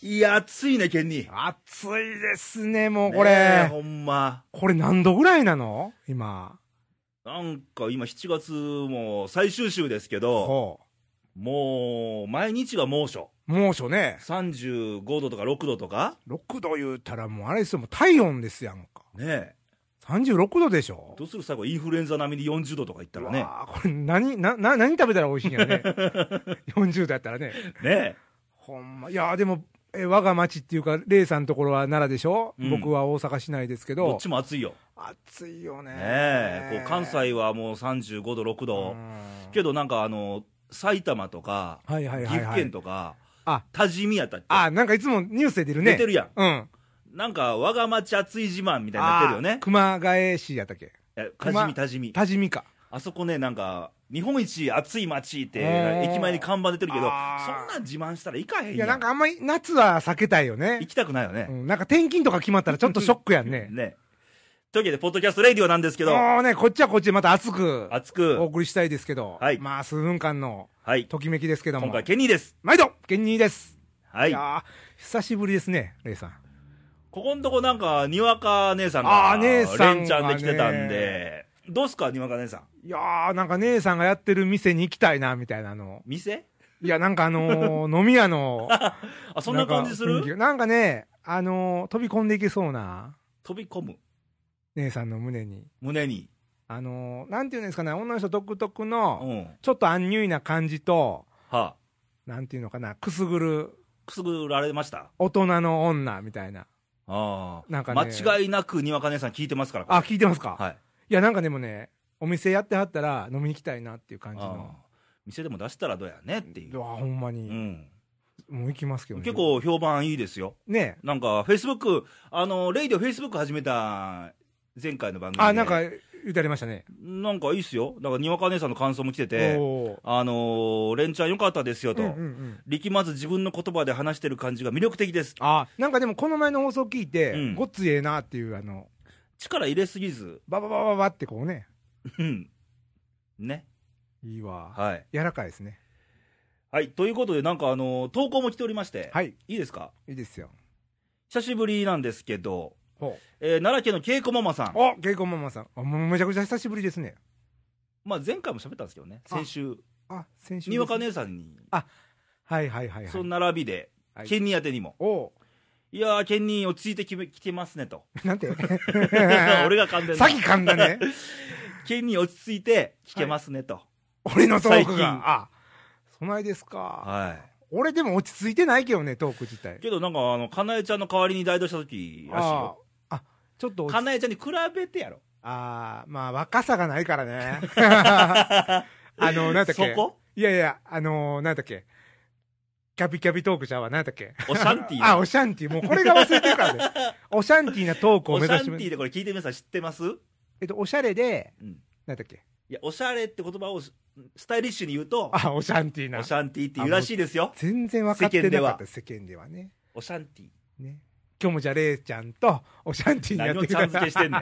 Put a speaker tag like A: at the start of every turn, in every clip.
A: いや、暑いね、ケンニー。
B: 暑いですね、もうこ
A: ねえ
B: れ。
A: ほんま。
B: これ何度ぐらいなの今。
A: なんか今7月も最終週ですけど、
B: ほ
A: もう、毎日が猛暑。
B: う。猛暑ね。
A: 35度とか6度とか
B: 6度言うたらもうあれですよ、もう体温ですやんか。
A: ね
B: 36度でし
A: え
B: ょ。
A: どうする最後インフルエンザ並みに40度とかいったらね。
B: わあこれ何、な、な、何食べたら美味しいんやろね。40度やったらね。
A: ね
B: ほんま。いや、でも、え、我が町っていうか、レイさんのところは奈良でしょ、
A: うん
B: 僕は大阪市内ですけ
A: どっ
B: ど
A: ち。も暑いよ。
B: 暑いよね。
A: ねえこう関西はもう35度、6
B: う
A: 度。
B: ん
A: けどなんかあの、埼玉とか、
B: はいはい
A: 岐
B: はい、
A: 阜
B: はい。
A: 県とか、
B: あ
A: 多治見やったっけ
B: あ、なんかいつもニュースで出るね。
A: 出てるやん。
B: うん。
A: なんか、我が町暑い自慢みたいになってるよ
B: あー
A: ね。
B: 熊谷市やったっけ
A: え多
B: 熊
A: 治見、多治見。
B: 多治見か。
A: あそこね、なんか、日本一暑い町って
B: お、ー
A: 駅前に看板出てるけど、そん
B: あー
A: なん自慢したらいかへんやん。
B: いや、なんかあんまり夏は避けたいよね
A: 行。きたくないよ
B: う
A: ね。
B: ん、なんか転勤とか決まったらちょっとショックや んね。
A: ね。というわけで、ポッドキャストレディオなんですけど、
B: もうね、こっちはこっちでまた熱く
A: 熱
B: お
A: く、
B: 送りしたいですけど、
A: はい
B: まあ数分間の
A: はい。
B: ときめきですけども、
A: 今回、ケニーです。
B: 毎度、ケンニーです。、
A: はいい。こ
B: やー久しぶりですね、レイさん。
A: こんとこなんか、にわか姉さん
B: あ
A: が、
B: ー姉さんがね
A: レンチャンで来てたんで、どうすか、にわか姉さん。
B: いやー、なんか姉さんがやってる店に行きたいな、みたいなの。
A: 店
B: いや、なんかあ のー飲み屋の。
A: あ、そんな感じす
B: なんか雰囲
A: る
B: 気なんかね、あのー飛び込んでいけそうな、
A: 飛び込む。
B: 姉さんの胸に。
A: 胸に。
B: あのーなんていうんですかね、女の人独特
A: う
B: の、
A: ん。
B: ちょっとアンニュイな感じと、
A: はあ、
B: なんていうのかな、くすぐる
A: くすぐられました
B: 大人の女みたいな。
A: ああ。
B: なんかね
A: 間違いなく、にわか姉さん聞いてますから。これ
B: あ、聞いてますか、
A: はい。
B: い、や、なんかでもね、お店やってはったら飲みに行きたいなっていう感じ
A: あ
B: の。
A: あ店でも出したらどうやねっていう
B: う。わ、ほんま
A: う
B: に。
A: ん。
B: もう行きますけどね。
A: 結。構評判いいですよ。
B: ね
A: なんか、フェイスブック、あの、レイディオフェイスブック始めた前回の番組で。
B: あ、なんか、、言うてありましたね。
A: なんかいいっすよ。なんか、にわか姉さんの感想も来てて、
B: おー
A: あのー、レンチャン良かったですよと。
B: うんうんうん。
A: 力まず自分の言葉で話してる感じが魅力的です。
B: あ、なんかでもこの前の放送聞いて、
A: うん
B: ごっつええなっていう、あの、
A: 力入れすぎず、
B: ババババババってこうね、
A: うん。ね。
B: いいわ。
A: はい。
B: 柔らかいですね。
A: はい。ということで、なんか、あのー、投稿も来ておりまして、
B: はい。
A: いいですか
B: いいですよ。
A: 久しぶりなんですけど、
B: ほ
A: えー奈良県の恵子ママさん。
B: う。お稽古ママさん。あもうめちゃくちゃ久しぶりですね。
A: まあ、前回も喋ったんですけどね、
B: あ
A: 先週、
B: あ、先週です。
A: にわか姉さんに、
B: はいはいはいはい。
A: その並びで、
B: はい
A: ケンニー宛てにも、
B: お
A: いやー、ケンニー落ち着いてきめ来てますね と、
B: うな んて
A: 俺が噛んでん
B: さ
A: な
B: っき噛ん だね。
A: ケンニー落ち着いて聞けますねと、
B: 俺のトーク
A: 最近
B: が。あ、そないですか。
A: は
B: 俺でも落ち着いてないけどね、トーク自体
A: い、。けどなんかあの、かなえちゃんの代わりに代打した時らしい
B: あ
A: よ、
B: ーあ、ちょっと落ち
A: かなえちゃんに比べてやろ、
B: あー、まあ若さがないか らね。 あの、なんだっ
A: そ
B: け。
A: こ、
B: いやいや、あのー、なんだっけ。キャピキャピトークじゃわ、なんだっけ。
A: オシャンティー、
B: あ、オシャンティー。もうこれが忘れて るからね。オシャンティーなトークを
A: オ
B: 目
A: シ
B: 指
A: ャ
B: し
A: ンティーでこれ、聞いて皆さん知ってます、うん、
B: えっと、おしゃれで、
A: い
B: なんだっけ。
A: や、おしゃれって言葉をスタイリッシュに言うと、
B: あ、オシャンティーな
A: オ。シャンティーって言うらしいですよ、
B: 全然分かってなかった、世間ではね。
A: オシャンティー。
B: ね。今日もじゃあ、レイちゃんとオシャンティーにやっ
A: 何を
B: て
A: ちゃん付けしてんね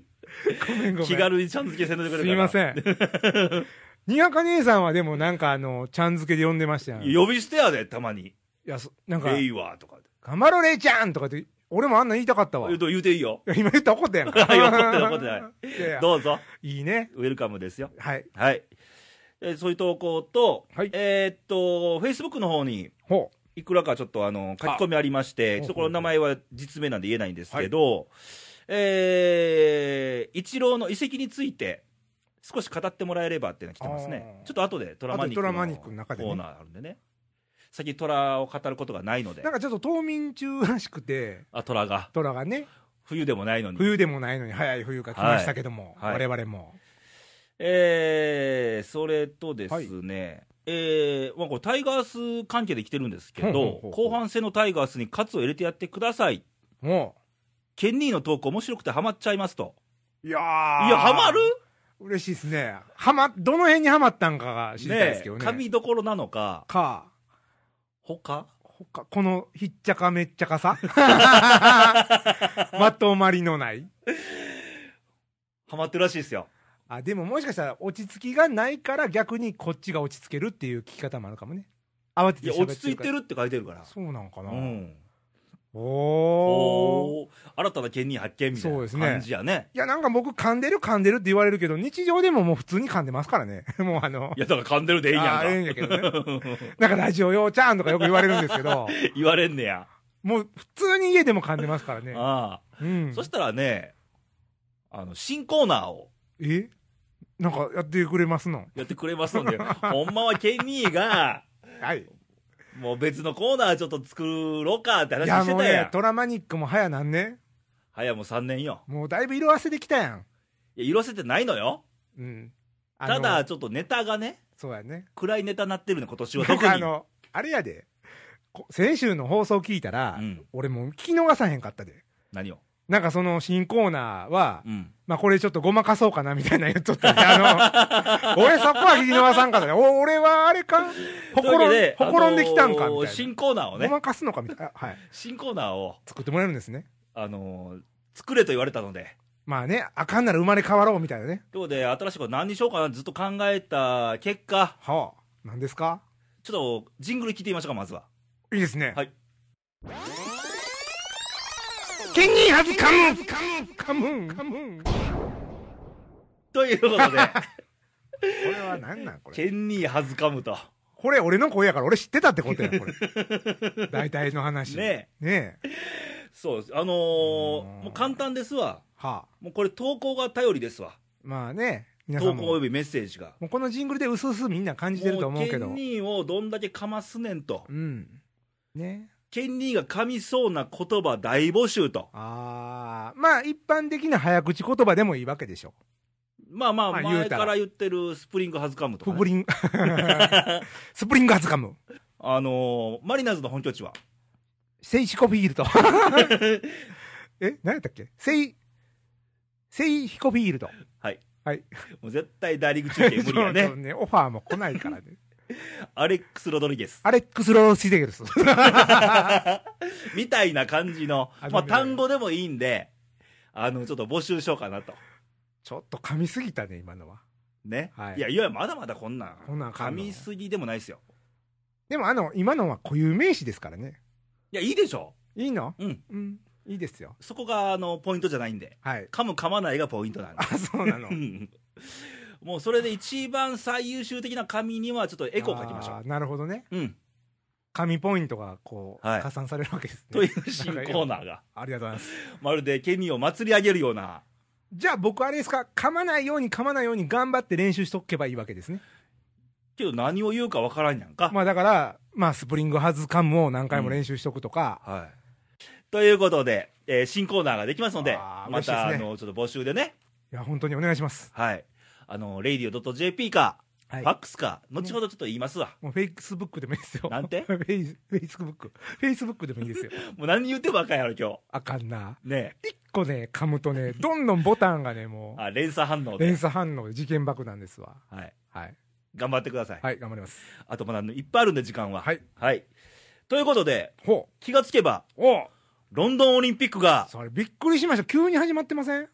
A: ん。
B: ごめんごめん。
A: 気軽にちゃん付けせんといてくれ
B: す
A: る
B: い
A: から
B: ません。 にわか姉さんはでもなんかあの、ちゃん付けで呼んでましたよ。い
A: 呼び捨てやでたまに
B: や、そな
A: 「
B: んか、
A: レイは」とか
B: 頑張ろうレイちゃんとかって、俺もあんな言いたかったわ。
A: 言う
B: い
A: と言うていいよ
B: や今言ったら怒ったやんか。
A: いや怒ってない怒ってない
B: いやいや
A: どうぞ
B: いいね。
A: ウェルカムですよ
B: はい。
A: はいえーそういう投稿と、
B: はい
A: えーっとフェイスブックの方に
B: ほう。
A: いくらかちょっとあの書き込みありましてちょっとこの名前は実名なんで言えないんですけど、えー、一郎の遺跡について少し語ってもらえればっていうのが来てますね
B: あー
A: ちょっと後でトラマニック
B: 後でトラマニックの中でね
A: コーナーあるんでね先トラを語ることがないので
B: なんかちょっと冬眠中らしくて、
A: あトラが
B: 虎がね、
A: 冬でもないのに
B: 冬でもないのに早い冬が来ましたけども、
A: はいはい
B: 我々も。
A: えーそれとですね、えーまあ、これタイガース関係で来てるんですけど、
B: ほうほうほうほう
A: 後半戦のタイガースに喝を入れてやってください、
B: も
A: ケンニーのトーク、面白くてハマっちゃいますと、
B: う。いや
A: い
B: ー
A: や、ハマる
B: 嬉しいですね。はま、どの辺にはまったんかが知りたいですけどね。
A: 神どころなのか、
B: か、
A: 他
B: ほか、このひっちゃかめっちゃ かさ。まとまりのない。
A: ハマってるらしいですよ、
B: あ、でももしかしたら落ち着きがないから逆にこっちが落ち着けるっていう聞き方もあるかもね。慌て
A: い
B: て
A: や、
B: 喋っ
A: 落ち着いて
B: る
A: るって書いてるから。
B: そうなんか
A: う
B: な、
A: ん。
B: おお
A: おー新たな県に発見みたい
B: そうで
A: な
B: すね
A: 感じやね。
B: いやなんか僕噛んでる噛んでるって言われるけど日常でももう普通に噛んでますからね もうあの
A: いや、だから噛んでるでええ
B: あーええ
A: ん
B: ん
A: やん
B: や
A: か。
B: けどねなんかラジオ用ちゃんとかよく言われるんです けど
A: 言われんねや。
B: もう普通に家でも噛んでますからね
A: ああ。
B: うん
A: そしたらね、あの、新コーナーを
B: えなんかやってくれますの
A: やってくれます ので、ほんまはケニーが、
B: はい
A: もう別のコーナーちょっと作ろうかって話
B: いや
A: して
B: もう
A: たや
B: ね
A: ん。
B: トラマニックも早なんね
A: 早もう3年よ。
B: もうだいぶ色あせてきたやん
A: いや、色せてないのよ。
B: うんあの
A: ただ、ちょっとネタがね、
B: そうやね
A: 暗いネタなってるね、今年は
B: なん
A: 特
B: かあ
A: に。
B: のあれやでこ先週の放送聞いたら、
A: うん。
B: 俺もう聞き逃さへんかったで
A: 何を。
B: なんかその新コーナーは、
A: うん。
B: まあこれちょっとごまかそうかなみたいな言っとったんで、あ の、俺そこは聞き逃さんかったね。お俺はあれか、ほころ、
A: というんわけ
B: ほころんできたんか
A: あの
B: み
A: ー
B: たいな。
A: 新コーナーを
B: ご
A: ね、
B: まかすのかみたいな。あはい。
A: 新コーナーを、
B: 作ってもらえるんですね。
A: あのー作れと言われたので。
B: まあね、あかんなら生まれ変わろうみたいなね。
A: ということで、新しいこと何にしようかなってずっと考えた結果、
B: はあ。なんですか
A: ちょっとジングル聞いてみましょうか、まずは。
B: いいですね。
A: はい。
B: ケニーハズカムンカムンカムンカムンこと
A: いう ことで、
B: れは何なんこれ。
A: ケンニーはずかむと。
B: これ俺の声やから俺知ってたってことや、こ れ。大体の話。
A: ね
B: え。ねえ。
A: そうです。あのー
B: う
A: も
B: ん
A: う簡単ですわ。
B: はあ。
A: もうこれ投稿が頼りですわ。
B: まあね、皆さ
A: 投
B: ん
A: 稿
B: も。
A: およ
B: も
A: びメッセージが。
B: うこのジングルで薄々みんな感じてると思うけど
A: も。ケンニーをどんだけかますねんと
B: う。ん。ね。
A: ケンニーが噛みそうな言葉大募集と。
B: ああ、まあ一般的な早口言葉でもいいわけでしょ。
A: まあまあ、
B: まあ言
A: 前
B: うたら
A: から言ってるスプリングはずかむとか
B: ス
A: ね、
B: プ リン、スプリングハズカム。
A: あのーマリナーズの本拠地は、
B: セイシコフィール ド。え、何やったっけセイ、セイヒコフィールド。
A: もう絶対大リーグ中継無理や
B: そうそ
A: ね
B: う。オファーも来ないからね。
A: アレックス・ロドリゲス。
B: アレックス・ロロシデゲルス。
A: みたいな感じの、
B: あ
A: まあ
B: のね
A: 単語でもいいんで、あの、ちょっと募集しようかなと。
B: ちょっと噛みすぎたね、今のは。
A: ね。
B: はい
A: い、や、いや、まだまだこんなん。
B: こんなんあか
A: 噛
B: んの
A: みすぎでもないですよ。
B: でもあの、今のは固有名詞ですからね。
A: いや、いいでしょ
B: いいの
A: う。うん。
B: うん。いいですよ。
A: そこが、あの、ポイントじゃないんで。
B: はい。
A: 噛む噛まないがポイントなんで。
B: あ、そう なの
A: う。んもうそれで一番最優秀的な紙にはちょっとエコー書きましょ
B: う。なるほどね。
A: う。うん。
B: 紙ポイントがこう、
A: はい
B: 加算されるわけです
A: とい
B: ね。
A: う新コーナーが、
B: ありがとうございます。
A: まるでケニーを祭り上げるような。
B: じゃあ僕あれですか、噛まないように噛まないように頑張って練習しとけばいいわけですね。
A: けど何を言うかわからんやんか。
B: まあだから、まあスプリングハズカムを何回も練習しとくとか、
A: はい。ということで、えー新コーナーができますので、
B: あー
A: ま
B: 嬉しいです
A: た、
B: ね
A: あの、ちょっと募集でね、
B: いや、本当にお願いします。
A: はい。あの、radio.jp か、
B: は
A: ファックスか、後ほどちょっと言いますわ。
B: もうフェイスブックでもいいですよ。
A: なんて
B: フェイスフェイスブック。フェイスブックでもいいですよ。
A: もう何言ってもあかんやろ、今
B: あかんな。
A: 日。ね
B: 一個ね、噛むとね、どんどんボタンがね、も
A: あ、連鎖反応
B: う、連
A: で。
B: 鎖反応で事件爆弾ですわ。
A: はい。
B: はい。
A: 頑張ってください。
B: はい、頑張ります。
A: あとまだいっぱいあるんで、時間は。
B: はい。
A: ということで、
B: ほ
A: 気がつけば、
B: う。お
A: ロンドンオリンピックが、
B: それびっくりしました。急に始まってません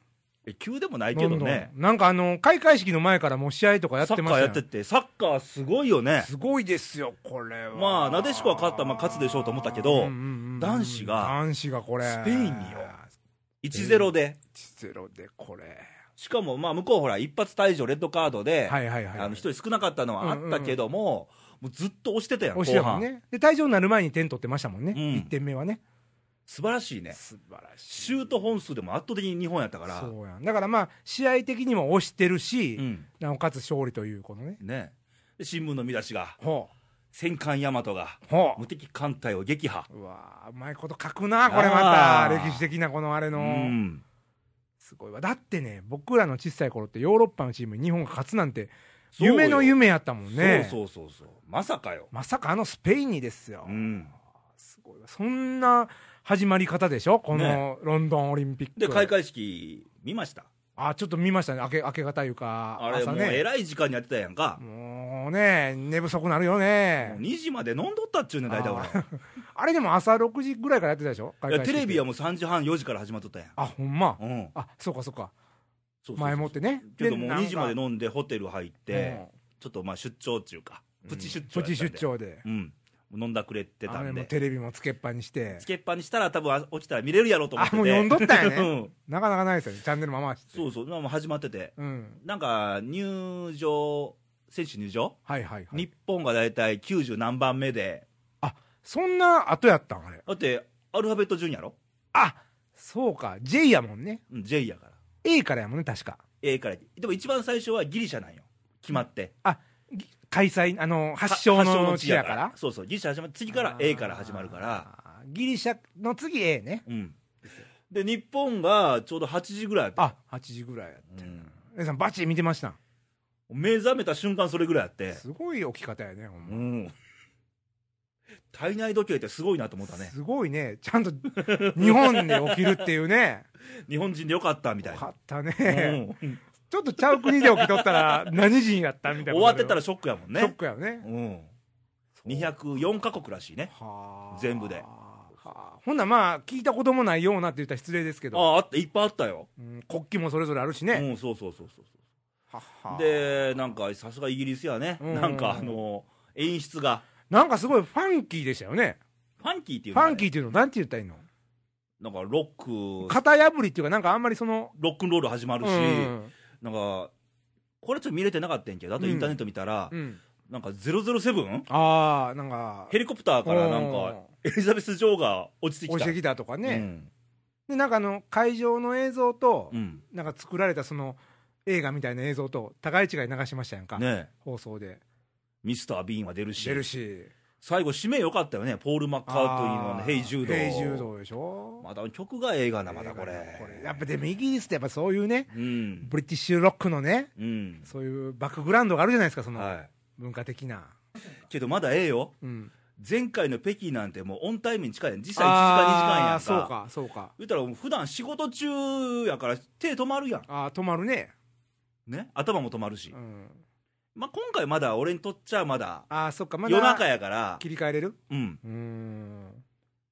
A: え急でもないけどね
B: どん、どんなんかあの、開会式の前からもう試合とかやっ
A: サ
B: て
A: ッ
B: ま
A: カー
B: した
A: や
B: や
A: っ
B: ん
A: てて、サッカーすごいよね。
B: すごいですよ、これは。
A: まあなでしこは勝ったまあ勝つでしょうと思ったけど
B: うんうんうん
A: 男子が
B: 男子がこれ。
A: スペインによ1-0で。
B: 1-0でこれ。
A: しかも、まあ、向こうほら、一発退場、レッドカードで、
B: はいはいはい。
A: あの、一人少なかったのはあったけども、もうずっと押してたやん、
B: 押して
A: 後
B: たもん
A: 半。
B: ね。で、退場になる前に点取ってましたもんね。
A: うん
B: 1点目はね。
A: 素晴らしいね。
B: 素晴らしい。
A: シュート本数でも圧倒的に日本やったから。
B: そうやん。だからまあ、試合的にも押してるし、
A: うん。
B: なおかつ勝利という、このね。
A: ね。で新聞の見出しが、
B: ほ
A: 戦艦大和が、
B: う。ほう
A: 無。敵艦隊を撃破。
B: うわーうまいこと書くな、これま
A: あ
B: た。
A: ー
B: 歴史的なこのあれ
A: う
B: の。
A: ん。
B: すごいわ。だってね、僕らの小さい頃ってヨーロッパのチームに日本が勝つなんて、
A: そうよ
B: 夢の夢やったもんね。
A: そうそうそうそう。まさかよ。
B: まさかあのスペインにですよ。
A: うん。
B: すごいわそんな始まり方でしょこ
A: ね
B: のロンドンオリンピック。
A: で、開会式見ました。
B: あ、ちょっと見ましたね。明け、明け方いうか、
A: あれ、
B: 朝
A: もう
B: ね。
A: えらい時間にやってたやんか。
B: もうね、寝不足なるよ
A: もう
B: ね。
A: 2時まで飲んどったっちゅうねん、大体俺
B: あ。あれでも朝6時ぐらいからやってたでしょ
A: いや、テレビは
B: は。
A: もう3時半、4時から始まっとったやん。
B: あ、ほんま。
A: うん。そう
B: あ、そうかそうか。
A: そうそう
B: 前もってね。
A: けどもう
B: なんか
A: 2時まで飲んでホテル入って、
B: うん
A: ちょっとまあ出張っていうか、プチ出張や
B: プ
A: ったんで、
B: チ出張で。
A: うん飲んだくれてた
B: あれ
A: ん
B: も
A: で、
B: テレビもつけっぱにして
A: つ、けっぱにしたら、多分あ落ちたら見れるやろうと思って
B: あ
A: て、
B: もう読んどったんや
A: う
B: ね
A: ん、
B: なかなかないですよね、チャンネルままして、
A: そうそう、まあもう始まってて、
B: うん、
A: なんか入場、選手入場、
B: はいはいはい、
A: 日本が大体90何番目で、
B: そんな後やったん、あれ、
A: だってアルファベット順やろ、
B: あそうか、J やもんね、
A: うん、J やから、
B: A からやもんね、確か、
A: A から、でも一番最初はギリシャなんよ、決まって、
B: 開催、あの発祥
A: は
B: の地やから、
A: そうそう、ギリシャ始まって、次から A から始まるから、
B: あー、ギリシャの次 A ね、
A: うん、で、日本がちょうど8時ぐらいやった、
B: あ8時ぐらいやって、
A: うん
B: 皆さん、バチ見てました、
A: 目覚めた瞬間、それぐらいやって。
B: すごい置き方やね、ほんま。
A: うん体内時計ってすごいなと思ったね
B: すごいね、ちゃんと日本で起きるってい うね、
A: 日本人でよかったみたい
B: よか
A: な、
B: ったね、
A: うん
B: ちょっとちゃう国で起きとったら、何人やったみたい
A: 終
B: な、
A: わってたら、ショックやもん
B: ショッ
A: ね、
B: クやよね、
A: うん、204カ国らしいね
B: はあ
A: 全部で
B: はあほんならまあ、聞いたこともないようなって言ったら失礼ですけ
A: あ
B: ど、
A: ああったいっぱいあったよ、
B: うん国旗もそれぞれあるしね、
A: うんそうそうそうそう
B: はあはあ
A: でなんかさすがイギリスやね、
B: うん
A: なんかあの演出が
B: なんかすごいファンキーでしたよね、
A: ファンキーっていうの
B: フ
A: が
B: ァ
A: ね
B: ンキーっていうの、なんて言ったらいいの、
A: なんかロック
B: 型破りっていうか、なんかあんまりその、
A: ロックンロール始まるし、
B: うん
A: なんかこれちょっと見れてなかったんけどあとインターネット見たら、
B: うん
A: なんか007
B: ああ、なんか、
A: ヘリコプターからなんかエリザベス女王が落ちて
B: うん、
A: き
B: 落
A: た
B: ちてきたとか
A: う
B: ね、
A: ん
B: でなんかあの会場の映像と、
A: うん、
B: なんか作られたその映画みたいな映像と、互い違い流しましたやんか、
A: ねえ
B: 放送で、
A: ミスター・ビーンは出るし
B: 出るし。
A: 最後締めよかったよねポール・マッカートニーのね「ヘイ・ジュード」
B: ヘイ柔道でしょ。
A: まだ曲が映画なまだこれ
B: やっぱでもイギリスってやっぱそういうね、
A: うん
B: ブリティッシュロックのね、
A: うん
B: そういうバックグラウンドがあるじゃないですか、その
A: は
B: 文化的な。
A: いけどまだええよ
B: うん。
A: 前回の北京なんてもうオンタイムに近いね実際1時間2時間やんか
B: あーそうか、そうか。
A: 言ったらもう普段仕事中やから手止まるやん
B: ああ、止まるね。
A: ね頭も止まるし、
B: うん。
A: まあ、今回まだ俺にとっちゃまだ
B: ああ、そっか、まだ
A: 夜中やから
B: 切り替えれる
A: うん
B: うーん。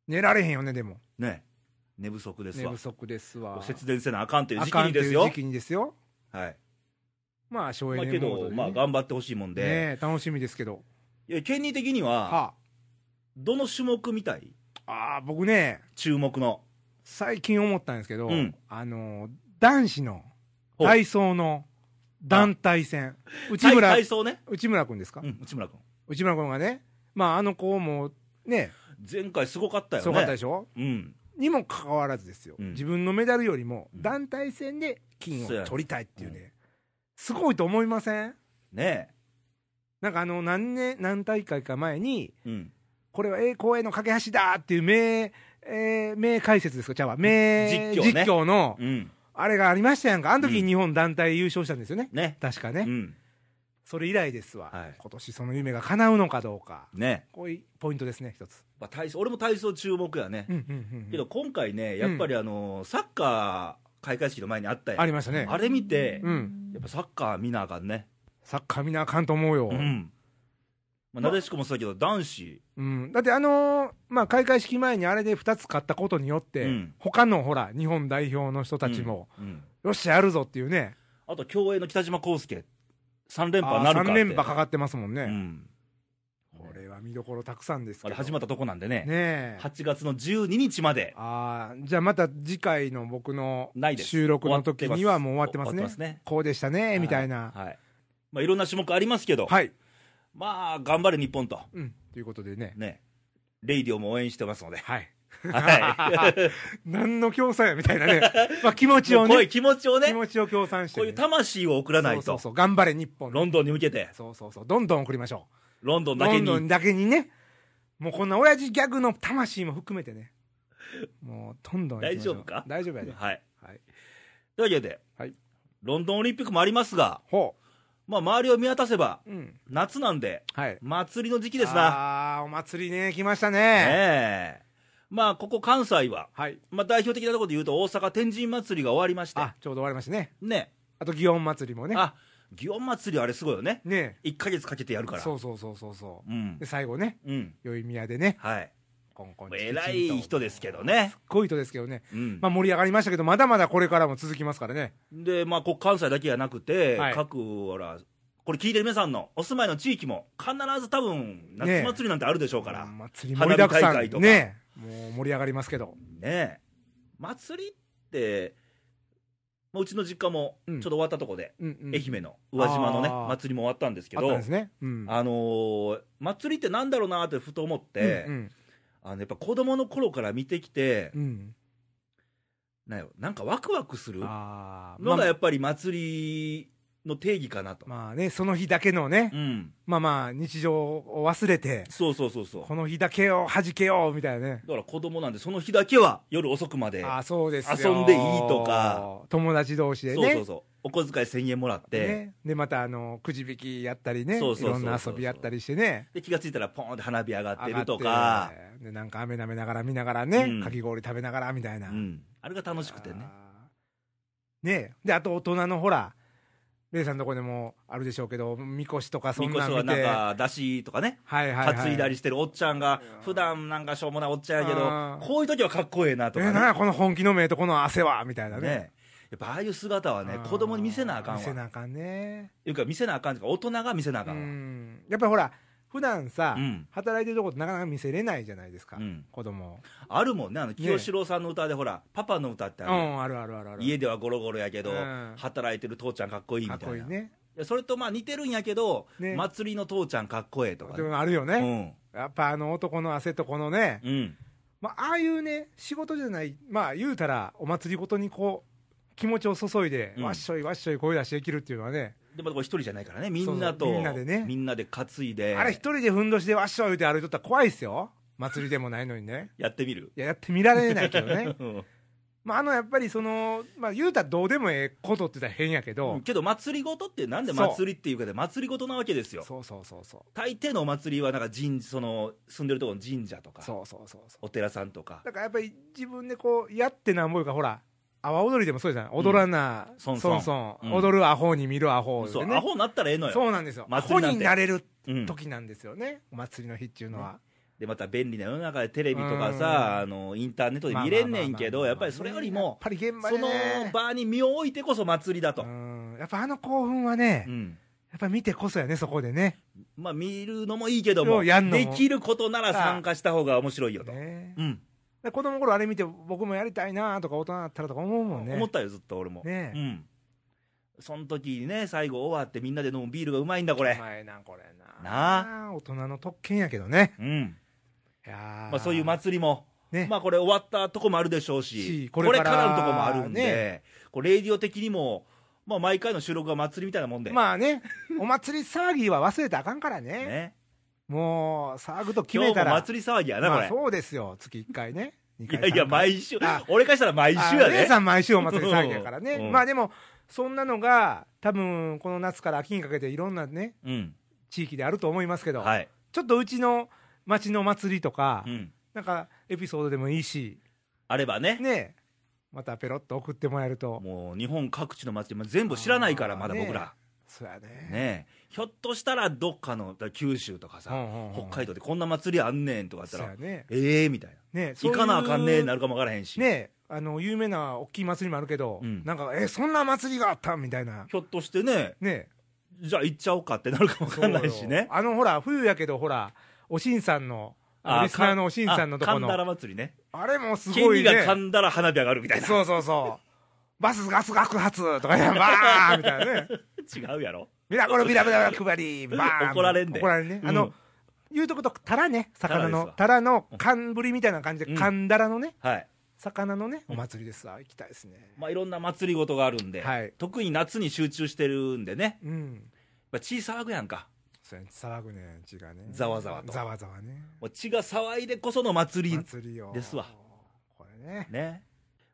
B: 寝られへんよね、でも。
A: ね寝不足です
B: 寝
A: わ
B: 不足ですわ。
A: 節電せなあかんという
B: あ
A: 時期
B: かん
A: に
B: と
A: で
B: い
A: す
B: う
A: よ
B: 時期にですよ。
A: はい
B: まあ、省エ
A: まあ、
B: ネ
A: け
B: モード
A: ど、
B: で、ね。
A: まあ、頑張ってほしいもんで、
B: ねえ楽しみですけど。
A: いや権利的には、
B: は
A: どの種目みたい、
B: あ。ああ、僕ね、
A: 注目の、
B: 最近思ったんですけど、
A: うん
B: あの男子の
A: ほう
B: 体操の団体戦内
A: 体
B: 村
A: 体操ね、
B: 内村君ですか、
A: うん、内村君、
B: 内村君がね、まあ、あの子もね
A: 前回すごかったよね、
B: すごかったでしょ
A: うん、
B: にもかかわらずですよ、
A: うん
B: 自分のメダルよりも
A: うん
B: 団体戦で金を
A: そうやね
B: 取りたいっていうね、すごいと思いません
A: ね
B: なんかあの何年何大会か前に
A: え、うん、
B: これは栄光への架け橋だっていう名、えー名解説ですかじゃあ名
A: 実況
B: 実
A: ね
B: 況の
A: うん、
B: あれがありましたやんかあの時
A: うん
B: 日本団体優勝したんですよね、
A: ね、
B: 確かね、
A: うん、
B: それ以来ですわ、
A: はい
B: 今年その夢が叶うのかどうか、
A: ねえ、
B: こういうポイントですね、一つ。
A: まあ、体操俺も体操注目やね、
B: うんうんうん
A: けど今回ね、やっぱりあのサッカー開会式の前にあったやん
B: ありましたね、
A: あれ見て、
B: うん、
A: やっぱサッカー見なあかんね、
B: サッカー見なあかんと思うよ、
A: う
B: うん
A: ん、まあ、なでしこもそうだけど、男子、
B: だって、あのーまあ、開会式前にあれで2つ勝ったことによって、
A: うん
B: 他のほら、日本代表の人たちも、
A: うん、うん
B: よっしゃ、やるぞっていうね、
A: あと競泳の北島康介、3連覇なるかって
B: 3連覇かかってますもんね、
A: うん、
B: これは見どころたくさんです
A: あ
B: け
A: れ
B: ど、
A: 始まったとこなんでね、
B: ねえ
A: 8月の12日まで、
B: あーじゃあ、また次回の僕の
A: ないです
B: 収録の時にはもう終わってます
A: 終
B: ね、
A: わってますね
B: こうでしたね、みたいな。
A: はいまあ、いろんな種目ありますけど、
B: はい
A: まあ、頑張れ日本と、
B: うん、ということでね。
A: ね、レイディオも応援してますので、
B: はい。
A: は
B: 何の協賛やみた いなね。まあ気持
A: い、
B: ち
A: も
B: を
A: うこうい
B: ね
A: う。気持ちをね
B: 気持ちを協賛して、
A: こう
B: ね。
A: いう魂を送らないと、
B: そうそうそう。頑張れ日本。
A: ロンドンに向けて、
B: そうそうそう。どんどん送りましょ
A: ロンド
B: う。
A: ンだ
B: ロ
A: け
B: ンドン
A: に、
B: だけにね。もうこんな親父ギャグの魂も含めてね。もうどんどん行きましょう
A: 大丈夫か
B: 大 丈夫やで。
A: はい、と
B: はい。
A: いうわけで、
B: はい
A: ロンドンオリンピックもありますが、
B: ほ
A: まあ、周りを見渡せば、
B: う。うん。
A: 夏なんで、
B: はい。
A: 祭りの時期
B: い
A: ですな、
B: ああ、お祭りね、来ましたね。
A: ねえまあ、ここ関西は、
B: はい。
A: まあ、代表的なところで言うと、大阪天神祭りが終わりまして、
B: あ、ちょうど終わりましたね。
A: ね、
B: あと、祇園祭りもね。
A: あ祇園祭りはあれすごいよね、
B: ね
A: 1か月かけてやるから、
B: そううそうそうそうそう。
A: ん
B: で、、最後ね、
A: うん、
B: 宵宮でね、
A: はい、
B: コンコンチキチンと
A: 偉い人ですけどね、
B: こういう人ですけどね、
A: うん
B: まあ、盛り上がりましたけど、まだまだこれからも続きますからね、
A: で、まあ、こう関西だけじゃなくて、
B: はい
A: 各ほらこれ聞いてる皆さんのお住まいの地域も必ず多分夏
B: ね
A: 祭りなんてあるでしょうから、
B: うん
A: ね
B: 祭り盛りだくさ
A: 花火大会と
B: ん
A: か
B: ねもう盛り上がりますけど
A: え祭りってもううちの実家もち
B: う
A: ょ
B: ん
A: っと終わったとこで、
B: うんうん
A: 愛媛の宇和島のね
B: あー
A: 祭りも終わったんですけ
B: あったん
A: ど
B: ですねうん
A: あのー祭りってなんだろうなーってふと思って、
B: うん
A: あのやっぱ子供の頃から見てきて、
B: うんうん
A: なんやろなんかワクワクする
B: あー
A: の
B: ま
A: が
B: あ
A: やっぱり祭りの定義かなと、
B: まあねその日だけのね
A: うん
B: まあまあ日常を忘れて
A: そうそうそうそう
B: この日だけを弾けようみたいなね
A: だから子供なんでその日だけは夜遅くまで
B: あーそうですよ
A: 遊んでいいとか
B: 友達同士でね
A: そうそうそうお小遣い1000円もらって、
B: ね、でまたあのくじ引きやったりね
A: そうそうそうそう
B: いろんな遊びやったりしてね
A: で気がついたらポーンって花火上がってると
B: 上が
A: か
B: ってでなんか雨舐めながら見ながらね、
A: うん
B: かき氷食べながらみたいな、
A: うん、あれが楽しくてね
B: あーねであと大人のほらレイさんのとこでもあるでしょうけどみこしとかそ
A: み
B: ん
A: こ
B: な
A: し
B: ん
A: は
B: 見
A: なん
B: て
A: か出汁とかね
B: はいはい、はい、
A: 担いだりしてるおっちゃんが
B: うん
A: 普段なんかしょうもないおっちゃんやけ
B: あ
A: ど
B: ー
A: こういう時はかっこええな
B: え
A: とか
B: なんや
A: ね
B: この本気の目とこの汗はみたいなね
A: ねやっぱああいう姿はね
B: あー
A: 子供に見せなあかん
B: 見せな
A: わ
B: あかんね
A: いうか見せなあかんというか大人が見せなあ
B: う
A: かんわ
B: んやっぱりほら普段さ、
A: うん
B: 働いてるとこってなかなか見せれないじゃないですか、
A: うん
B: 子供
A: あるもんねあの清志郎さんの歌でほらパパの歌って
B: う
A: ある
B: んあるあるあるある
A: 家ではゴロゴロやけど
B: うん
A: 働いてる父ちゃんかっこいいみ
B: かったこ
A: い
B: いい
A: な
B: ね
A: でそれとまあ似てるんやけど、
B: ね
A: 祭りの父ちゃんかっこええとか
B: で
A: ね、
B: もあるよ
A: う
B: ね、
A: ん
B: やっぱあの男の汗とこのね、
A: うん、
B: まあ、ああいうね仕事じゃないまあ言うたらお祭りごとにこう気持ちを注いで、
A: うん
B: わっしょいわっしょい声出してできるっていうのはね、
A: でもこれ一人じゃないからねみんなと
B: そうそうみんなでね
A: みんなで担いで
B: あれ一人でふんどしでわっしょいって歩いとったら怖いっすよ祭りでもないのにね
A: やってみる、
B: いややってみられないけど ね
A: うん
B: まあ、あのやっぱりその、まあ、言うたらどうでもええことって言ったら変やけど、
A: けど祭りごとってなんで祭りっていうかで祭りごとなわけですよ
B: そうそうそうそう
A: 大抵のお祭りはなんか神その住んでるところの神社とか
B: そうそうそうそう
A: お寺さんとか
B: だからやっぱり自分でこうやってなんぼいうかほら阿波踊りでもそうじゃん踊らな、
A: ん
B: そ
A: そ
B: ん
A: ん
B: そ
A: そ
B: ん
A: んうん
B: 踊るアホに見るアホ
A: そう
B: でね
A: アホになったらええのよ
B: そうなんですよア
A: 祭り
B: ホ
A: なんて
B: になれる
A: うん
B: 時なんですよね、お祭りの日っていうのは、
A: でまた便利な世の中でテレビとか
B: うん
A: さあのインターネットで見れんねんけど
B: まあまあまあまあ
A: やっぱりそれより
B: やっ
A: も
B: ぱり現場
A: そ
B: で
A: の
B: ね
A: 場に身を置いてこそ祭りだと、
B: うんやっぱあの興奮はね、
A: うん
B: やっぱ見てこそやねそこでね
A: まあ、見るのもいいけど
B: よ
A: も
B: うやんのも
A: できることなら参加した方が面白いよと、
B: ね
A: うん
B: で子供の頃あれ見て僕もやりたいなとか大人だったらとか思うもんね
A: 思ったよずっと俺も、
B: ねえ
A: うん、その時にね最後終わってみんなで飲むビールがうまいんだこ
B: お
A: れ、
B: 前なこれな
A: な
B: 大人の特権やけどね
A: うん
B: いや
A: ま
B: ー
A: あ、そういう祭りも、
B: ね
A: まあ、これ終わったとこもあるでしょうし
B: しこ
A: これ
B: れから
A: からのとこもあるんで、
B: ね
A: こうレイディオ的にも、まあ、毎回の収録が祭りみたいなもんで、
B: まあね、 お祭り騒ぎは忘れたらあかんからね、
A: ね、
B: もう騒ぐと決
A: 今
B: め
A: 日
B: た
A: も
B: ら、
A: 祭り騒ぎやなこ
B: まあ
A: れ、
B: そうですよ、月1回ね、い
A: いやいや毎週
B: あ
A: 俺からしたら毎週や
B: あ姉
A: ね
B: さん、毎週お祭り騒ぎやからね、
A: うん
B: まあでも、そんなのが、多分この夏から秋にかけて、いろんなね、
A: うん
B: 地域であると思いますけど、
A: はい、
B: ちょっとうちの町の祭りとか、
A: うん、
B: なんかエピソードでもいいし、
A: あればね
B: ね、またペロッと送ってもらえると、
A: もう日本各地の祭り、まあ全部知らないから、まだ僕ら、
B: そうやね
A: ねひょっとしたらどっかの、だから九州とかさ、
B: うんうんうん
A: 北海道でこんな祭りあんねんとかあった
B: そうや
A: ら、
B: ね、
A: ええーみたいな、
B: ねそう
A: 行
B: いう
A: かなあかんねえなるかもわからへんし、
B: ねあの有名な大きい祭りもあるけど、
A: うん
B: なんか、え、そんな祭りがあったみたいな、
A: ひょっとしてね、
B: ね
A: じゃあ行っちゃおうかってなるかもわかんないし
B: そうよ
A: ね。
B: あのほら、冬やけど、ほら、おしんさんの、あのリスナーのおしんさんのとこ
A: あ神田
B: の、
A: ら祭りね。
B: あれもす
A: 県
B: ご
A: に
B: い
A: が
B: ね、
A: 神田ら花火上がるみたいな。
B: そうそうそう、バスガス爆発とかね、 バーンみたいなね、
A: 違うやろ。
B: ミラコルビラビラ配り、バーン
A: 怒られんで
B: 怒られんね、あの、
A: うん
B: 言うとこと、タラね、魚の、タ
A: タ
B: ラの寒ぶりみたいな感じで、
A: うん
B: 寒だらのね、
A: はい。
B: 魚のね、お祭りですわ、行きたいですね。
A: まあいろんな祭り事があるんで、
B: はい
A: 特に夏に集中してるんでね、
B: うん
A: やっぱ血騒ぐやんか。
B: そうやね騒ぐね血がね
A: ざわざわと
B: ざわざわね
A: もう血が騒いでこその祭り
B: 祭りよ
A: ですわ
B: これね
A: ね。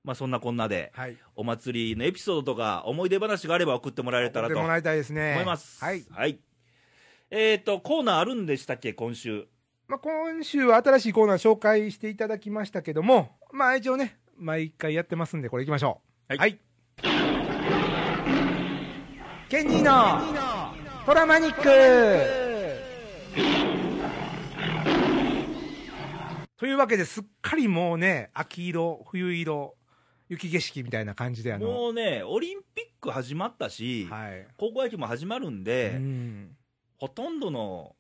A: まあそんなこんなで、
B: はい
A: お祭りのエピソードとか思い出話があれば送ってもらえたらと
B: 送っても
A: 思
B: らいたいですね
A: います。
B: はい、
A: えっ、と、コーナーあるんでしたっけ、今週。
B: まあ、今週は新しいコーナー紹介していただきましたけどもまあ一応ね毎回やってますんでこれいきましょう
A: はい
B: ケンニーのトラマニックというわけですっかりもうね秋色冬色雪景色みたいな感じであの
A: もうね、オリンピック始まったし、
B: はい。
A: 高校野球も始まるん
B: う
A: で、
B: ん。
A: ほとんどの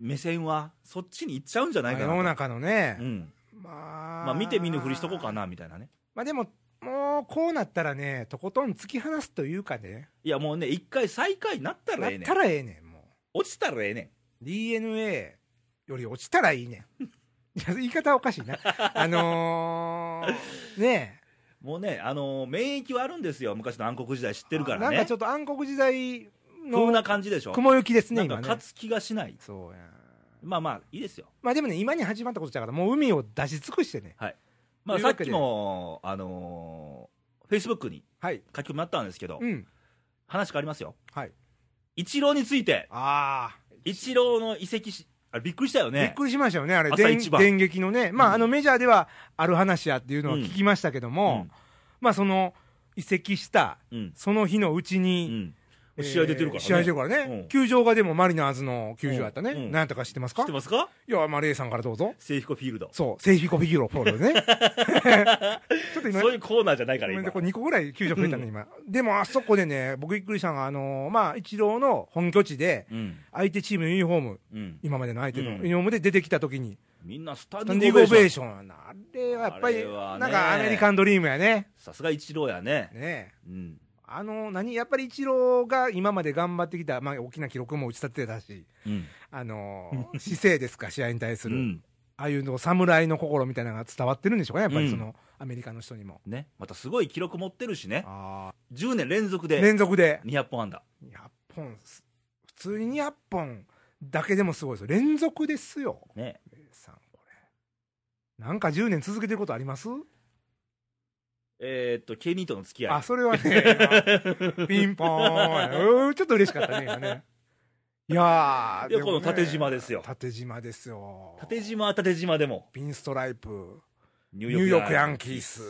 A: 目線はそっちに行っちゃうんじゃないか
B: 世の
A: なと。
B: 中のね
A: う、ん、
B: まあ、
A: まあ見て見ぬふりしとこうか。なみたいなね。
B: まあでも、もうこうなったらね、とことん突き放すというかね、
A: いやもうね、一回最下位になった
B: な
A: ら
B: っ
A: ええねん
B: た。らええねん、もう。
A: 落ちたらええね
B: DNA より落ちたらいいねん。い や言い方はおかしいな。あのー、ねえ。
A: ん。もうね、あのー免疫はあるんですよ。昔の暗黒時代知ってるからね。
B: なんかちょっと暗黒時代
A: 風な
B: の
A: 感じでしょ。
B: 雲行きですね、
A: なんか
B: 今ね
A: 勝。つ気がしない。
B: そうやん。
A: まあまあ、いいですよ。
B: まあでもね、今に始まったことだから、もう海を出し尽くしてね。
A: まあ
B: という
A: さ
B: わ
A: っ
B: け
A: き
B: で
A: も、あのー、Facebook に
B: はい。
A: 書き込みあったんですけど、
B: うん。
A: 話変わりますよ。
B: はい。
A: イチローについて、
B: ああ、
A: イチローの移籍し、あれびっくりしたよ
B: びっ
A: ね。
B: くりしましたよね、あれ。
A: 朝
B: 電
A: 一番
B: 電撃のね。ま
A: うん
B: あ、あの、メジャーではある話やっていうのは聞きましたけども、まあ、その、移籍した、
A: うん。うん。
B: その日のうち
A: う
B: に、
A: ん。
B: えー
A: 試合出てるからね。
B: 試合出てるからね。
A: うん
B: 球場がでもマリナーズの球場やったね。
A: うんうん
B: 何やったか知ってます
A: 知
B: か
A: ってますか
B: いや、まあ、レイさんからどうぞ。
A: セイフィコフィールド。
B: そう、セーフィコフィギュロフォー ルね。ちょっと今
A: そういうコーナーじゃないから、
B: ご
A: 今。
B: めんねこれ2個ぐらい球場増えたね、今。でも、あそこでね、僕びっくりしたのが、あのーまあ、一郎の本拠地で、
A: うん。
B: 相手チームのユニフォーム、
A: うん。
B: 今までの相手の
A: うん
B: ユニフォームで出てきたときに、
A: みんなスタ
B: ス
A: ン
B: タ
A: デ
B: ン
A: ィ
B: デ
A: ン
B: ィング
A: グ
B: オ
A: オ
B: ベ
A: ベ
B: ー
A: ーション。
B: ションやな。あれはやっぱ
A: あ
B: り、
A: れはね
B: なんかアメリカンドリームやね。
A: さすがイチローやね。
B: ねえ
A: うん。
B: あのー、何、やっぱり一郎が今まで頑張ってきた、まあ、大きな記録も打ち立てたし、
A: うん。
B: あの ー姿勢ですか、試合に対す
A: う
B: る。
A: ん。
B: ああいうの、侍の心みたいなのが伝わってるんでしょうかね、やっぱりその、
A: う
B: アメリカの人にも。
A: ね。またすごい記録持ってるしね。
B: あ
A: 10年連続
B: ー
A: で
B: 連続で。
A: 200本安打。
B: 200本す普通に200本だけでもすごいですよ連続ですよ
A: ね。
B: ベイさんこれなんか10年続けてることあります
A: えーっと、ケニーとの付き合
B: あ
A: い。
B: それはね今ピンポーンうーちょっと嬉しかったね今ねいやー
A: いや
B: でもね
A: この縦縞ですよ
B: 縦縞ですよ
A: 縦島は縦島でも、
B: ピンストライプ
A: ニ
B: ニューヨークヤンキース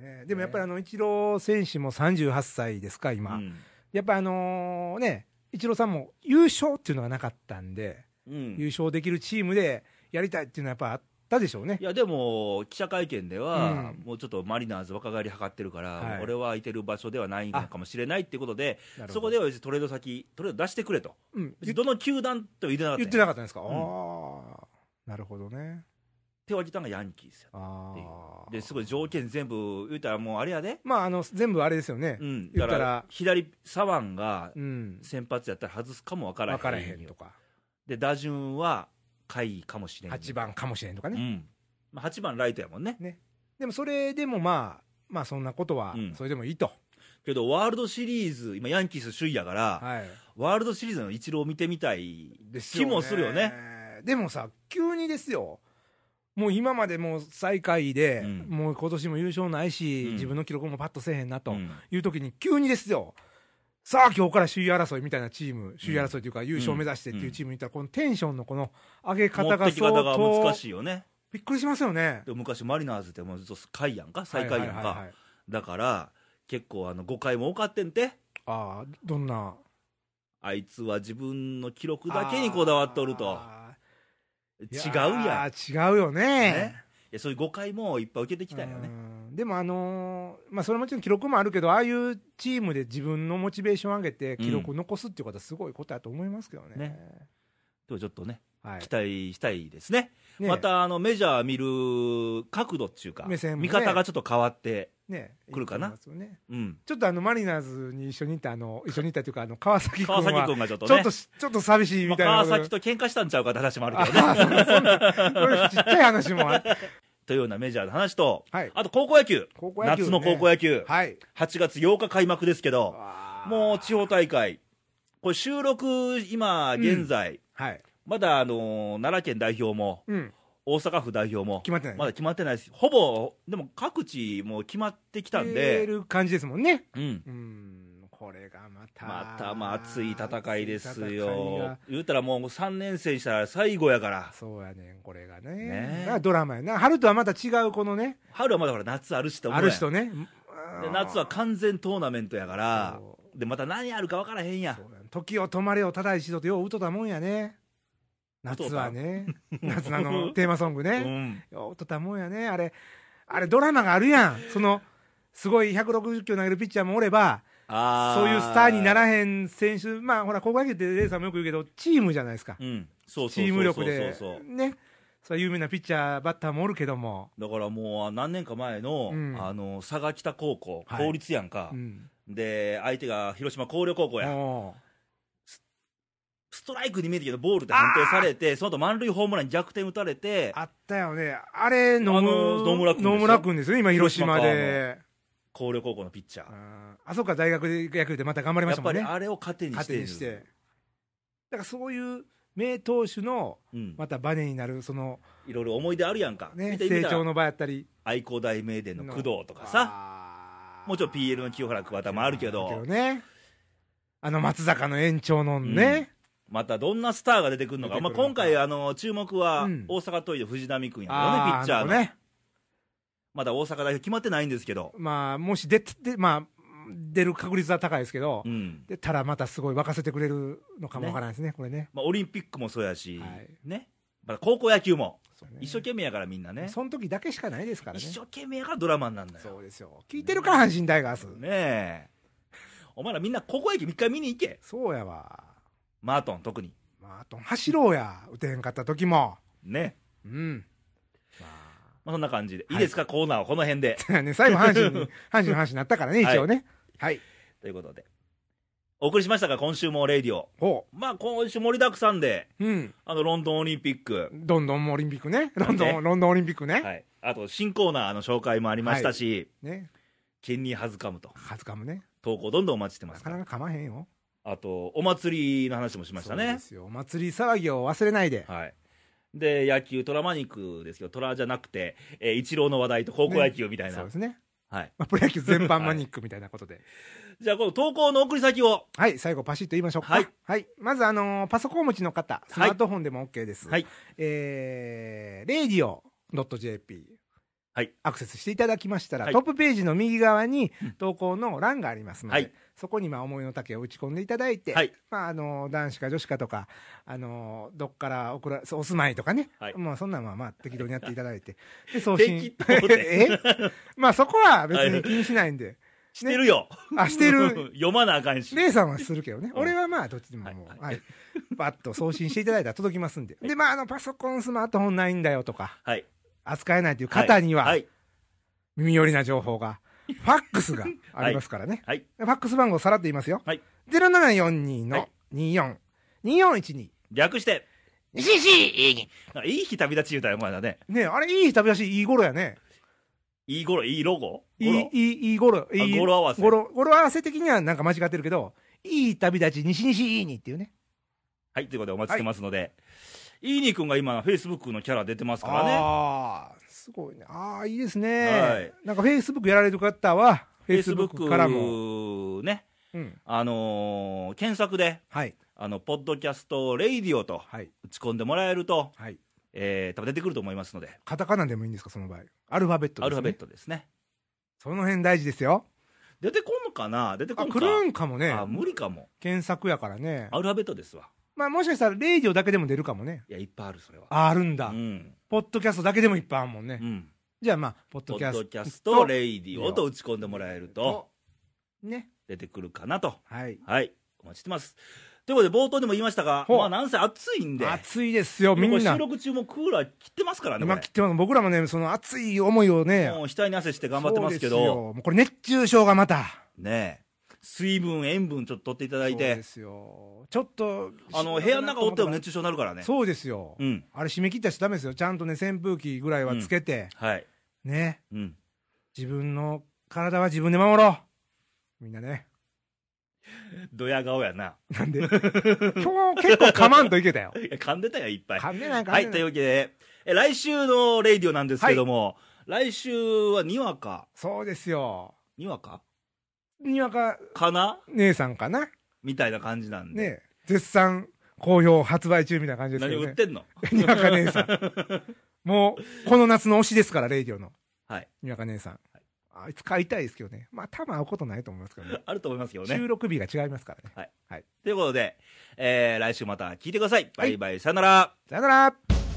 B: ね、でもやっぱりあの、イチロー選手も38歳ですか、今。
A: うん
B: やっぱあのーね、イチローさんも優勝っていうのがなかったんで、
A: うん
B: 優勝できるチームでやりたいっていうのはやっぱあったでしょうね
A: い。やでも、記者会見では、
B: うん
A: もうちょっとマリナーズ若返り図ってるから、
B: はい
A: 俺は空いてる場所ではないのかもしれないっていうことで、
B: なるほど
A: そこで、は別にトレード先、トレード出してくれと、
B: うん、
A: 別に
B: 言
A: どの球団とは言ってなかった、
B: 言
A: ね、
B: ってなかったんですか。
A: ん
B: ああ、なるほどね。
A: 手を挙げたのがヤンキースや
B: ああ。
A: ですごい条件全部言うたら、もうあれやで、
B: まあ、あの、全部あれですよね
A: う。ん、
B: 言
A: だ
B: っ
A: か
B: たら
A: ら左、左腕が
B: うん。
A: 先発やったら外すかも分からへ
B: 分
A: ん
B: からへんとか、
A: で打順は下位かもしれん、
B: 8番かもしれんとか
A: う
B: ね。
A: んまあ、8番ライトやもんね、
B: でも、それでも、まあ、まあ、そんなことは
A: うん、
B: それでもいいと。
A: けどワールドシリーズ、今、ヤンキース首位やから、
B: はい。
A: ワールドシリーズの一郎を見てみたい
B: です
A: 気もするよね。。
B: でもさ、急にですよ。もう今までもう最下位で、
A: うん
B: もう今年も優勝ないし、
A: うん
B: 自分の記録もパッとせえへんなと、
A: うん
B: いう時に急にですよ、さあ今日から首位争いみたいなチーム、首位争いというか優勝を目指してっていうチームにいたら、このテンションのこの上げ
A: 持
B: 方
A: っ
B: が
A: てき
B: 相
A: 方が
B: 当
A: 難しいよね。
B: びっくりしますよね。
A: でも昔マリナーズってもうずっと下位やんか、最下位やんか。
B: はいはいはいはい
A: だから、結構あの誤解も多かってんて。
B: ああ、どんな。
A: あいつは自分の記録だけにこだわっとると。
B: あ
A: 違う
B: ー。
A: や
B: いやー違うよ
A: ん。
B: ね。
A: ね。いやそういう誤解もいっぱい受けてきたよね。
B: うんでもあのーまあそれもちろん記録もあるけど、ああいうチームで自分のモチベーションを上げて記録を残すっていうことはすごいことだと思いますけどね。
A: ねでもちょっとね、
B: はい。
A: 期待したいですね。
B: ね
A: またあのメジャー見る角度っていうか、
B: 目線もね
A: 見方がちょっと変わって、
B: ね
A: 来るかない
B: いと思いますよね
A: うん。
B: ちょっとあのマリナーズに一緒にいたあの、一緒にいたというかあの川崎君
A: 川崎
B: は、
A: 君がちょっと
B: ちょ
A: ね
B: っと、。ちょっと寂しい
A: まあ
B: みたいな
A: 川
B: ことで。
A: 崎と喧嘩したんちゃうかって話もあるけどね。
B: あー そんなそんなそういうちっちゃい話もある。
A: というようなメジャーの話と、
B: は い
A: あと高校野球、
B: 高校野球ね
A: 夏の高校野球、
B: はい。
A: 8月8日開幕ですけど、もう地
B: 方。
A: 方大会、これ、収録、今現在、
B: はい。
A: まだ、あのー奈良県代表も、
B: うん。
A: 大阪府代表も、
B: 決まってない。
A: ま
B: だ
A: だ決まってないです、ほぼ、でも各地、もう決まってきたんで、
B: る感じですもんね。
A: うん、
B: うん。これがまた。
A: またまあ熱い戦いです
B: 熱い戦いが
A: よ、言うたらもう3年生にしたら最後やから、
B: そうやねん、これ
A: ね
B: が
A: え
B: ね。だからドラマやな。春とはまた違う、このね、
A: 春はまだほら夏あるしと思
B: あ
A: うや
B: る
A: ん
B: 人ね。
A: で夏は完全トーナメントやから、
B: そ
A: でまた何あるか分からへんやん
B: そうやん時を止まれをただ一度とよう歌たもんやね。夏はね、夏なのテーマソング
A: う
B: ね。
A: ん
B: よう歌たもんやね。あれ、あれドラマがあるやん。その、すごい160キロ投げるピッチャーもおれば、
A: あ
B: そういうスターにな
A: ない、
B: らへん選手、まあ、ほら、高校野球ってレイさんもよく言うけど、チームじゃないですか、
A: うん、そう
B: チ
A: そうそうそうそう
B: ーム力で
A: そうそう、
B: ね、それは有名なピッチャー、バッターもおるけども、
A: だからもうあ何年か前の,、
B: うん
A: あの佐賀北高校、
B: はい
A: 公立やんか、
B: うん、
A: で相手が広島広陵高校や、
B: おう
A: ストライクに見えてけど、ボールって判定されて、その後満塁ホームランに逆転打たれて、
B: あったよね、あれ野
A: あの野村君でしょ
B: 野村君ですね、今、広島で、
A: 広陵高校のピッチャー、
B: うんあそこから大学野球でまた頑張りま
A: や
B: し
A: ったぱ
B: もん
A: り
B: ね、
A: あれを糧にして
B: 糧
A: る
B: にして、だからそういう名投手の
A: うん
B: またバネになる、その、
A: いろいろ思い出あるやんか、
B: ね、
A: 見てみ
B: 成
A: た
B: 長
A: ら、
B: の場やったり、
A: 愛工大名電の工藤とかさ、
B: さ
A: もちろん PL の清原桑田もあるけど、
B: ね、あの松坂の延長のね、
A: またどんなスターが出てくるのか、
B: 出て
A: ま
B: く
A: あ、
B: るのか
A: 今回、あの注目は
B: うん
A: 大阪桐蔭の藤波君やからね、
B: あ
A: ピッチャー
B: あ
A: の、
B: のね、
A: まだ大阪代表決まってないんですけど、
B: まあ、もし出て、でまあ、出る確率は高いですけど、
A: うん
B: 出たらまたすごい沸かせてくれるのかもわからないですね、これね。
A: まあ、オリンピックもそうやし、
B: はい
A: ね、まあ高校野球も、
B: そうね
A: 一生懸命やから、みんなね、
B: その時だけしかないですからね
A: 一。生懸命やからドラマになるんだよ。
B: そうですよ。聞いてるから、阪神タイガース。
A: ねえ。お前らみんな高校野球一回見に行け。
B: そうやわ。
A: マートン特に。
B: まあ、あと、走ろうや。打てへんかった時も。
A: ね。
B: うん。
A: まあ、そんな感じで。いいですか、コーナーはこの辺で。
B: ね、最後、阪 神に、阪神の話になったからね、一応ね。はい。
A: ということで。お送りしましたが、今週もレイディオ。
B: ほ
A: まあ、今週盛りだくさんで、
B: う。うん。
A: あの、ロンドンオリンピック。
B: ロンドンオリンピックね。ロン
A: な
B: ド
A: ん
B: ン、ロンドンオリンピックね。
A: はい。あと、新コーナーの紹介もありましたし、
B: ね。
A: 県にはずかむと。
B: はずかむね。
A: 投稿どんどんお待ちしてま
B: な
A: す
B: か
A: から。
B: なかかまへんよ。
A: あと、お祭りの話もしました
B: そうで
A: ね。
B: すよ。お祭り騒ぎを忘れないで。
A: はい。で、野球、トラマニクですけど、トラじゃなくて、えー、イチローの話題と高校野球みたい
B: そ
A: な。
B: うですね。
A: はい。
B: まあ、プロ野球全般マニックみたいなことで。
A: じゃあ、この投稿の送り先を。
B: はい、最後パシッと言いましょうか。
A: は
B: はいい。まず、あのーパソコン持ちの方、スマートフォンでも OK です。
A: はい。
B: えー、radio.jp。
A: はい。
B: アクセスしていただきましたら、
A: はい
B: トップページの右側に
A: うん
B: 投稿の欄がありますので、
A: はい
B: そこにまあ思いの丈を打ち込んでいただいて、
A: はい
B: まああのー男子か女子かとか、あのーどっから送らそうお住まいとかね、
A: はい
B: まあそんなんはまあ適当にやっていただいて、で送
A: 適
B: 信
A: 当って
B: えまあそこは別に気にしないんで、
A: してるよ。
B: あしてる
A: 読まなあかんし。
B: レイさんはするけどね、
A: うん
B: 俺はまあ、どっちでももう、
A: は
B: はいいバッと送信していただいたら届きますんで、で、まあ、あのパソコン、スマートフォンないんだよとか、
A: はい。
B: 扱えないという方に
A: は、。
B: はい耳寄りな情報が、ファックスがありますからね、
A: はい。
B: ファックス番号、さらっと言いますよ、
A: はい
B: 0742
A: は
B: の24、2412、
A: 略して。
B: 西西
A: なんかいい日旅立ち言うたよ、お前だね。
B: ねあれ、いい旅出し、いい頃やね、
A: いい頃、いいロゴゴ
B: いい
A: ロ、
B: いい、いい頃、いい
A: 語呂合わせ
B: 語呂語呂合わせ的にはなんか間違ってるけど、いい旅立ち、西西いいにっていうね。
A: はい、ということでお待ちしてますので。いいにくんが今、フェイスブックのキャラ出てますからね。
B: ああー、すごいね。ああ、いいですね。
A: はい
B: なんか、フェイスブックやられる方は、フ
A: フ
B: ェイスブックからも。
A: ね。
B: うん。
A: あのー検索で、
B: はい。
A: あの、ポッドキャスト、レイディオと
B: はい。
A: 打ち込んでもらえると、
B: はい。
A: えー、多分出てくると思いますので、
B: カタカナでもいいんですか、その場合。アルファベットです、ね。
A: アルファベッ。トですね。
B: その辺大事ですよ。
A: 出てこんのかな出てこ
B: あ、
A: んか
B: 来るんかもね。
A: あ、無理かも。
B: 検索やからね
A: ア。ルファベットですわ。
B: まあ、もしかしたら、レイディオだけでも出るかもね。
A: いや、いっぱいある、それは。
B: あ、あるんだ、
A: うん。
B: ポッドキャストだけでもいっぱいあるもんね。
A: うん。
B: じゃあ、まあ、ポッ
A: ポ
B: ドキャ
A: ッ
B: スト。
A: ドキャスト、レイディオと打ち込んでもらえると、
B: ね。
A: 出てくるかなと。
B: はい。
A: はい。お待ちしてます。ということで、冒頭にも言いましたが、
B: ほう
A: まあ、なんせ暑いんで、
B: 暑いですよ、
A: もう
B: み
A: これ
B: んな
A: 収。録中もクーラー切ってますからね、こ
B: 今切
A: れ
B: ってます。僕らもね、その熱い思いをね、
A: もう額に汗して頑張ってますけ
B: そうです
A: ど、
B: よもうこれ熱中症がまた。
A: ねえ水分、塩分ちょっと取っていただい
B: そう
A: て
B: で、すよ。ちょっと。
A: あの、部屋の中おっても熱
B: 中
A: 中症になるからね。
B: そうですよ。
A: うん。
B: あれ締め切ったしダメですよ。ちゃんとね、扇風機ぐらいはつけて、
A: はい。
B: ね。
A: うん。
B: 自分の体は自分で守ろう。みんなね。
A: ドヤ顔やな。
B: なんで今日結構噛まんといけたよ。
A: いや噛んでたよ、いっぱい。
B: 噛んでないか
A: はい、というわけで、え来週のレイディオなんですけども、来週はにわか、
B: そうですよ。
A: にわか
B: にわか
A: かな
B: 姉さんかな
A: みたいな感じなんで。
B: ね。絶賛好評発売中みたいな感じです
A: 何
B: け
A: を売
B: ど
A: っ
B: ね。
A: てんの
B: にわか姉さん。もう、この夏の推しですから、レイディオの。
A: はい。
B: にわか姉さん。あいつ買いたいですけどね。まあ、多分会うことないと思いますけどね。
A: あると思いますけどね
B: 収。録日が違いますからね。
A: はい
B: はい。
A: ということで、えー来週また聞いてください。バイバイ、さよなら。
B: さよなら